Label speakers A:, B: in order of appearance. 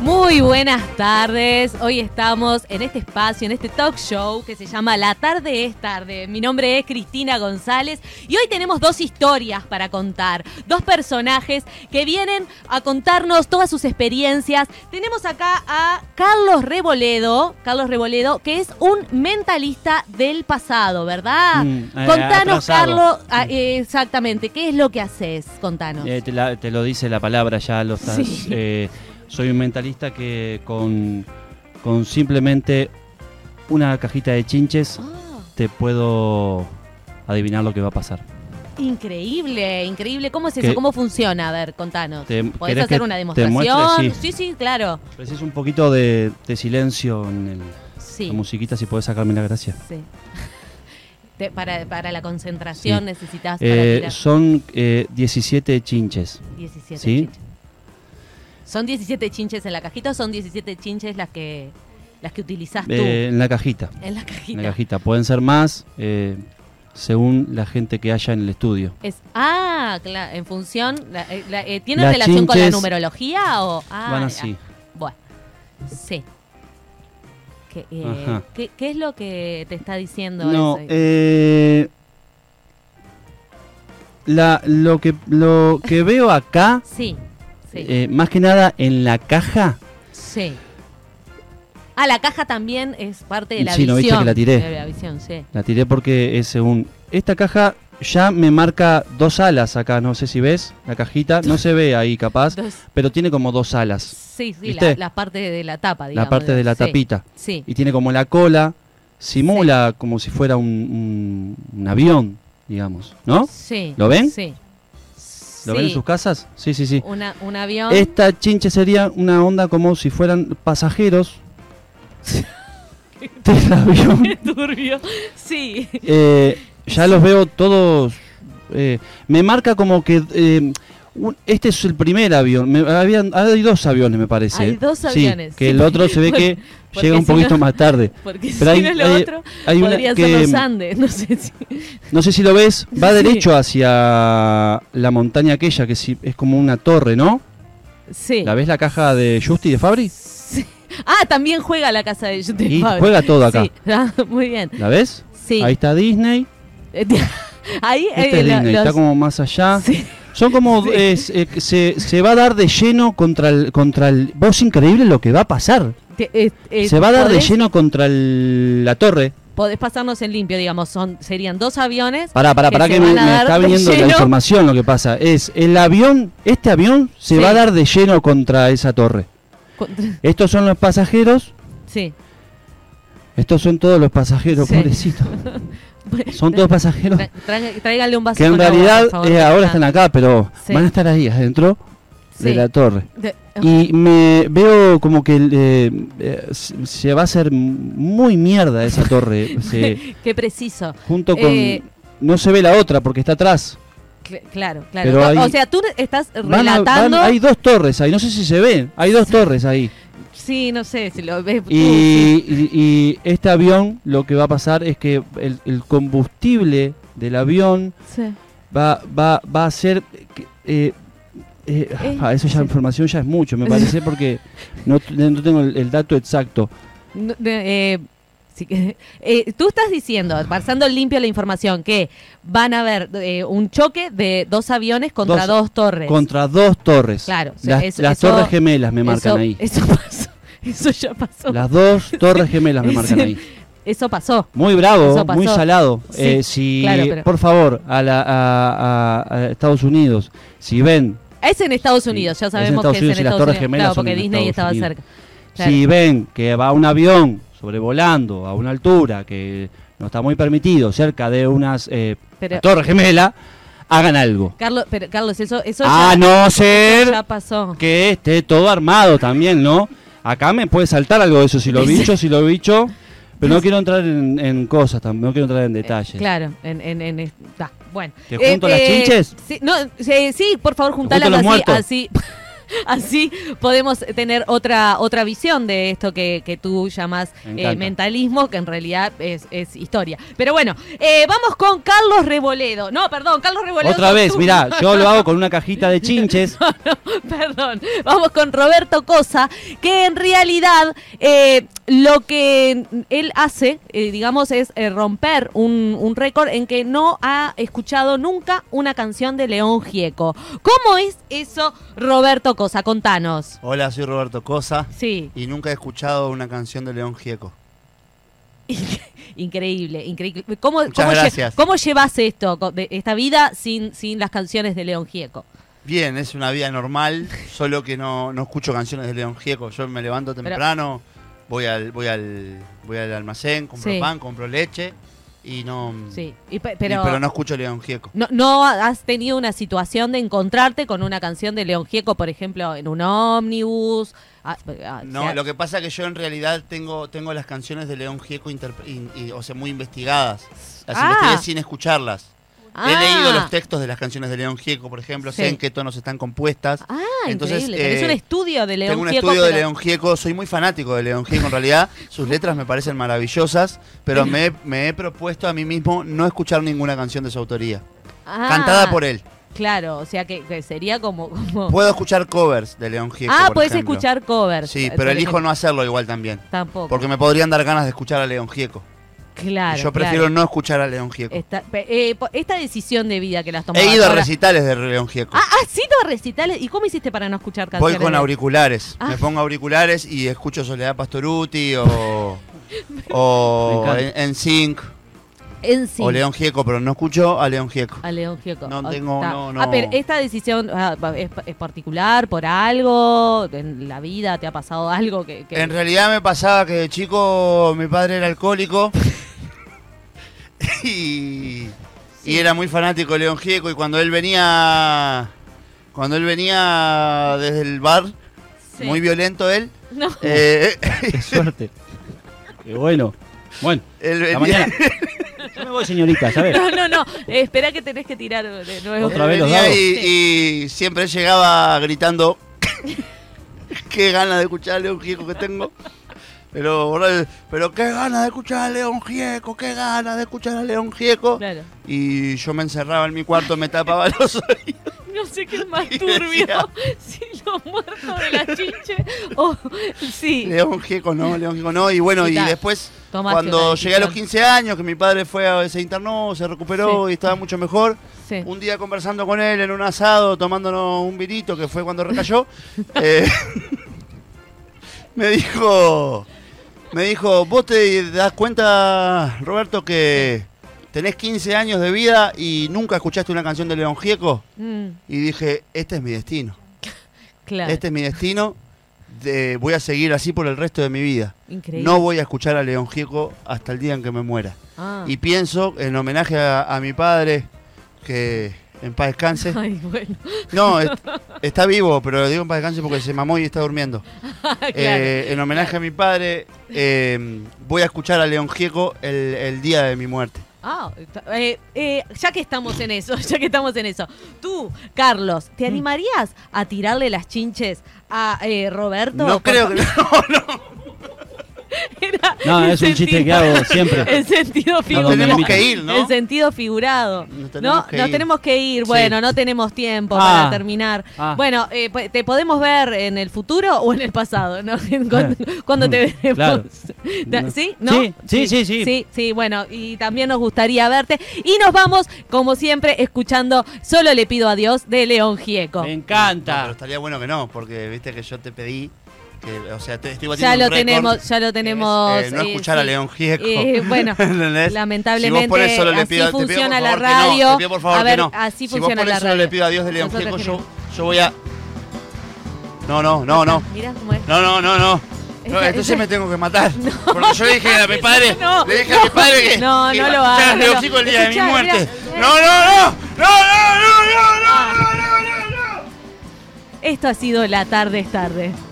A: Muy buenas tardes. Hoy estamos en este espacio, en este talk show que se llama La tarde es tarde. Mi nombre es Cristina González y hoy tenemos dos historias para contar, dos personajes que vienen a contarnos todas sus experiencias. Tenemos acá a Carlos Reboledo, Carlos Reboledo, que es un mentalista del pasado, ¿verdad?
B: Mm, eh,
A: Contanos,
B: atrasado.
A: Carlos, ah, eh, exactamente, ¿qué es lo que haces? Contanos.
B: Eh, te, la- te lo dice la palabra, ya lo estás.
A: Sí.
B: eh, soy un mentalista que con, con simplemente una cajita de chinches
A: Ah.
B: te puedo adivinar lo que va a pasar.
A: Increíble, increíble. ¿Cómo es eso?
B: ¿Qué?
A: ¿Cómo funciona? A ver, contanos.
B: Te-
A: ¿Podés
B: ¿querés
A: hacer
B: que
A: una
B: te
A: demostración?
B: muestre?
A: sí. sí, claro.
B: Preciso un poquito de, de silencio en el-
A: Sí.
B: la musiquita, si podés sacarme la gracia.
A: sí. Te- para, para la concentración
B: Sí.
A: necesitas para
B: Eh,
A: tirar
B: son eh, 17 chinches.
A: 17
B: sí.
A: chinches. ¿Son 17 chinches en la cajita o son 17 chinches las que las que utilizás
B: eh, en la cajita.
A: tú? En la Ah, cajita.
B: En la cajita. Pueden ser más eh, según la gente que haya en el estudio.
A: Es, ah, claro, en función. la- eh, la- eh, ¿Tiene
B: Las
A: relación con la
B: chinches
A: numerología o.? Ah,
B: Van
A: ah,
B: así.
A: Bueno, sí. ¿Qué, eh,
B: Ajá.
A: ¿qué, qué es lo que te está diciendo
B: No,
A: eso?
B: eh, la, lo, que, lo que veo acá,
A: sí, sí,
B: eh, más que nada en la caja,
A: sí. Ah, la caja también es parte de la
B: Sí,
A: visión.
B: ¿no viste que la tiré?
A: De la visión, sí.
B: la tiré porque es un... Esta caja ya me marca dos alas acá, no sé si ves la cajita, no se ve ahí capaz,
A: Entonces,
B: pero tiene como dos alas,
A: sí, sí, la,
B: ¿viste?
A: la parte de la tapa, digamos.
B: la parte de la
A: sí,
B: tapita,
A: Sí,
B: y tiene como la cola, simula como si fuera un, un- un avión, digamos, ¿no?
A: sí.
B: ¿Lo ven?
A: Sí.
B: ¿Lo ven en
A: Sí,
B: sus casas? Sí, sí, sí.
A: una- un avión.
B: Esta chinche sería una onda como si fueran pasajeros del avión.
A: turbio. Sí.
B: Eh, ya los veo todos. eh, me marca como que. eh, un- este es el primer avión. Me, habían, hay dos aviones, me parece.
A: Hay dos
B: Sí,
A: aviones,
B: que
A: sí,
B: el otro se ve
A: porque-
B: que
A: porque
B: llega un
A: si no-
B: poquito más tarde.
A: Porque si
B: Pero hay-
A: no es lo
B: hay-
A: otro,
B: Hay una
A: podrían ser
B: que, mm,
A: los Andes. No sé si.
B: no sé si lo ves, va
A: Sí.
B: derecho hacia la montaña aquella, que si- es como una torre, ¿no?
A: Sí.
B: ¿La ves la caja de Justi de Fabri?
A: Sí. Ah, también juega la casa de Jute
B: Y juega todo acá.
A: Sí. Ah, muy bien.
B: ¿La ves?
A: Sí.
B: Ahí está Disney.
A: Eh, te- Ahí
B: Este
A: eh,
B: es
A: lo-
B: Disney,
A: los-
B: está como más allá.
A: Sí.
B: Son como. es, eh, que se, se va a dar de lleno contra el. Contra el vos, increíble lo que va a pasar.
A: Te- eh, eh,
B: se va a dar de
A: podés-
B: lleno contra el- la torre.
A: Podés pasarnos en limpio, digamos. Son, serían dos aviones.
B: Pará, pará,
A: Que
B: pará,
A: se
B: que me,
A: van a
B: me
A: dar
B: está
A: de
B: viniendo la
A: lleno.
B: información lo que pasa. Es el avión, este avión se
A: Sí.
B: va a dar de lleno contra esa torre.
A: Con-
B: Estos son los pasajeros.
A: Sí.
B: Estos son todos los pasajeros,
A: Sí.
B: pobrecitos. Son todos pasajeros.
A: Tra- tra- tráiganle un vaso
B: Que en
A: con agua, por
B: realidad
A: favor,
B: eh,
A: que
B: ahora
A: está-
B: están acá, pero
A: Sí.
B: van a estar ahí adentro de
A: Sí.
B: la torre.
A: De-
B: Y me veo como que eh, eh, se se va a hacer muy mierda esa torre. se-
A: Qué preciso.
B: junto con.
A: Eh.
B: no se ve la otra porque está atrás.
A: Cl- claro, claro.
B: Pero
A: No, o
B: hay-
A: sea, tú estás
B: Van a- van-
A: relatando.
B: hay dos torres ahí, no sé si se ven. Hay dos torres ahí.
A: Sí, no sé si lo ves. tú,
B: Y,
A: Uh, sí.
B: y- y este avión, lo que va a pasar es que el, el combustible del avión
A: Sí.
B: va, va, va a ser. que- eh, eh,
A: Eh,
B: ah, eso ya,
A: sí.
B: información ya es mucho, me parece, porque no, t- no tengo el- el dato exacto.
A: No, de- eh, sí que- eh, tú estás diciendo, pasando limpio la información, que van a haber eh, un choque de dos aviones contra dos,
B: Dos-
A: torres.
B: Contra dos torres.
A: Claro, o sea,
B: Las,
A: eso-
B: las
A: eso-
B: torres gemelas me marcan
A: eso,
B: ahí.
A: Eso pasó. Eso ya pasó.
B: Las dos torres gemelas me marcan ahí.
A: Eso pasó.
B: Muy bravo,
A: Eso pasó.
B: muy salado.
A: Sí,
B: Eh, si,
A: claro, pero-
B: Por favor, a, la, a- a- a Estados Unidos, si ven,
A: Es en Estados
B: Sí,
A: Unidos, ya
B: es en
A: sabemos
B: Estados
A: que es
B: Unidos
A: en
B: y las
A: Estados
B: Torres
A: Unidos.
B: Gemelas
A: claro,
B: son
A: porque
B: en
A: Disney estaba
B: Estados
A: cerca.
B: Unidos.
A: Claro.
B: si ven que va un avión sobrevolando a una altura que no está muy permitido, cerca de unas eh,
A: Pero-
B: torres gemelas, hagan algo.
A: Carlos, pero, Carlos, eso, eso
B: A
A: ya,
B: no ser
A: ya pasó.
B: que esté todo armado también, ¿no? Acá me puede saltar algo de eso, si lo bicho, si lo bicho, pero no quiero entrar en, en cosas, tam- no quiero entrar en detalles.
A: Eh, Claro, en, en, en- es- da, bueno.
B: ¿Te junto las chinches?
A: Sí, no, sí, sí, por favor,
B: junto
A: juntalas
B: los
A: así,
B: muertos?
A: así. Así podemos tener otra, otra visión de esto que, que tú llamas
B: Me
A: eh,
B: encanta.
A: mentalismo, que en realidad es, es historia. Pero bueno, eh, vamos con Carlos Reboledo. No, perdón, Carlos Reboledo.
B: Otra
A: sos
B: vez,
A: tú.
B: mirá, yo lo hago con una cajita de chinches.
A: Perdón, vamos con Roberto Cosa, que en realidad eh, lo que él hace, eh, digamos, es eh, romper un, un récord en que no ha escuchado nunca una canción de León Gieco. ¿Cómo es eso, Roberto Cosa? Contanos.
C: Hola, soy Roberto Cosa
A: Sí,
C: y nunca he escuchado una canción de León Gieco.
A: increíble, increíble. ¿Cómo,
C: Muchas
A: cómo lle-
C: gracias.
A: cómo llevas esto, co- de- esta vida sin, sin las canciones de León Gieco?
C: Bien, es una vida normal, solo que no, no escucho canciones de León Gieco. Yo me levanto temprano, voy al voy al voy al almacén, compro
A: Sí.
C: pan, compro leche y no y-
A: Sí, y pe-
C: pero, no escucho León Gieco.
A: No, ¿No has tenido una situación de encontrarte con una canción de León Gieco, por ejemplo, en un ómnibus? Ah, ah,
C: No,
A: sea-
C: lo que pasa es que yo en realidad tengo tengo las canciones de León Gieco interpre- in- y- o sea, muy investigadas. Las
A: Ah.
C: investigué sin escucharlas. He
A: Ah.
C: leído los textos de las canciones de León Gieco, por ejemplo, sé
A: Sí.
C: en qué tonos están compuestas.
A: Ah,
C: Entonces,
A: increíble. Tenés
C: eh,
A: un estudio de León
C: Tengo un
A: Gieco,
C: estudio de
A: pero-
C: León Gieco, soy muy fanático de León Gieco en realidad, sus letras me parecen maravillosas, pero me, me he propuesto a mí mismo no escuchar ninguna canción de su autoría,
A: Ah,
C: cantada por él.
A: Claro, o sea que, que sería como. como-
C: Puedo escuchar covers de León Gieco.
A: ah,
C: por
A: podés
C: ejemplo.
A: escuchar covers.
C: Sí,
A: por
C: pero elijo
A: ejemplo.
C: no hacerlo igual también,
A: Tampoco.
C: porque me podrían dar ganas de escuchar a León Gieco.
A: claro.
C: Y yo prefiero
A: claro.
C: no escuchar a León Gieco.
A: Esta, pe- eh, po- esta decisión de vida que las tomaste.
C: He ido a recitales de León Gieco.
A: Ah, has ido a recitales. ¿Y cómo hiciste para no escuchar canciones?
C: Voy con
A: de-
C: auriculares.
A: Ah.
C: Me pongo auriculares y escucho Soledad Pastoruti o, o
B: Me encanta.
C: en Sync
A: En sí.
C: o León Gieco, pero no escucho a León Gieco.
A: A León Gieco.
C: No
A: Ah,
C: tengo-
A: está.
C: no,
A: Ah,
C: no.
A: pero esta decisión ah, va- es, es particular por algo, en la vida te ha pasado algo que... que-
C: En realidad me pasaba que de chico mi padre era alcohólico y, y era muy fanático de León Gieco y cuando él venía cuando él venía desde el bar,
A: Sí.
C: muy violento él,
A: No.
C: eh,
B: Qué suerte. Qué bueno. Bueno,
C: él
B: la
C: venía,
B: mañana. Yo me voy, señorita, ¿sabes?
A: no, no, no, eh, espera que tenés que tirar de nuevo.
B: Otra
C: él
B: vez los
C: venía
B: dados.
C: y, y siempre llegaba gritando qué ganas de escuchar a León Gieco que tengo. Pero, boludo, pero qué ganas de escuchar a León Gieco, qué ganas de escuchar a León Gieco.
A: Claro.
C: Y yo me encerraba en mi cuarto, me tapaba los oídos.
A: No sé qué es más
C: Y
A: turbio,
C: decía-
A: si los muertos de la chinche o... Sí,
C: León Gieco no, León Gieco no. Y bueno, y
A: Mirá,
C: después,
A: tomaste una
C: cuando
A: decisión.
C: llegué a los 15 años, que mi padre fue a, se internó, se recuperó
A: Sí.
C: y estaba mucho mejor.
A: sí.
C: Un día conversando con él en un asado, tomándonos un virito, que fue cuando recayó, eh, me dijo, me dijo, vos te das cuenta, Roberto, que tenés 15 años de vida y nunca escuchaste una canción de León Gieco.
A: Mm,
C: Y dije, este es mi destino.
A: claro,
C: Este es mi destino. de- voy a seguir así por el resto de mi vida.
A: increíble.
C: No voy a escuchar a León Gieco hasta el día en que me muera.
A: Ah.
C: Y pienso, en homenaje a, a mi padre, que en paz descanse.
A: Ay, bueno,
C: No, es- está vivo, pero lo digo en paz descanse porque se mamó y está durmiendo.
A: Ah, claro.
C: Eh, en homenaje a mi padre, eh, voy a escuchar a León Gieco el, el día de mi muerte.
A: Ah, está- eh, eh, ya que estamos en eso, ya que estamos en eso. Tú, Carlos,
B: Mm.
A: ¿te animarías a tirarle las chinches a eh, Roberto?
C: No,
A: Por
C: creo
A: fa-
C: que...
A: Era
B: No,
A: en
B: es un chiste que
A: sentido-
B: hago siempre.
A: En sentido
B: No,
A: figurado.
B: no,
C: tenemos que ir, ¿no?
A: En sentido figurado.
C: Nos tenemos
A: No,
C: que
A: nos
C: ir.
A: tenemos que ir.
C: Sí.
A: Bueno, no tenemos tiempo
B: Ah.
A: para terminar.
B: Ah.
A: Bueno, eh, po- ¿te podemos ver en el futuro o en el pasado? ¿no? ¿Cuándo, cuándo te veremos?
B: Ah. Claro.
A: Da-
B: No.
A: ¿Sí?
B: Sí,
A: ¿No?
B: sí, sí, sí.
A: Sí, sí, bueno, y también nos gustaría verte. Y nos vamos, como siempre, escuchando Solo le pido a Dios de León Gieco.
B: Me
C: No, pero
B: encanta.
C: estaría bueno que no, porque viste que yo te pedí. Que, o sea, te estoy
A: Ya
C: batiendo
A: lo
C: un récord,
A: tenemos, ya lo
C: que es,
A: tenemos.
C: eh, no
A: eh,
C: escuchar a
A: sí.
C: León Gieco.
A: Eh, bueno,
C: ¿Entendés?
A: lamentablemente,
C: Si vos pones solo le
A: así
C: pido, te pido, por
A: funciona la
C: favor, que no,
A: radio.
C: te pido, por favor,
A: A
C: que
A: ver,
C: no.
A: así
C: si
A: funciona
C: vos pones
A: la
C: solo
A: radio.
C: le pido a Dios de León
A: Nosotros
C: Gieco, yo,
A: queremos.
C: yo voy a. No, no, no, no.
A: Mirá cómo es.
C: No, no, no, no. No,
A: Esta-
C: entonces
A: esta-
C: me tengo que matar. Porque yo le dije a mi padre,
A: No,
C: le dije a mi padre que
A: no,
C: que
A: no
C: iba
A: lo
C: a escuchar
A: hagas,
C: a León
A: no.
C: Gieco el día de mi
A: Escuchá,
C: muerte.
A: mirá.
C: No, no, no. No, no, no, no, no, no, no, no.
A: Esto ha sido La Tarde es Tarde.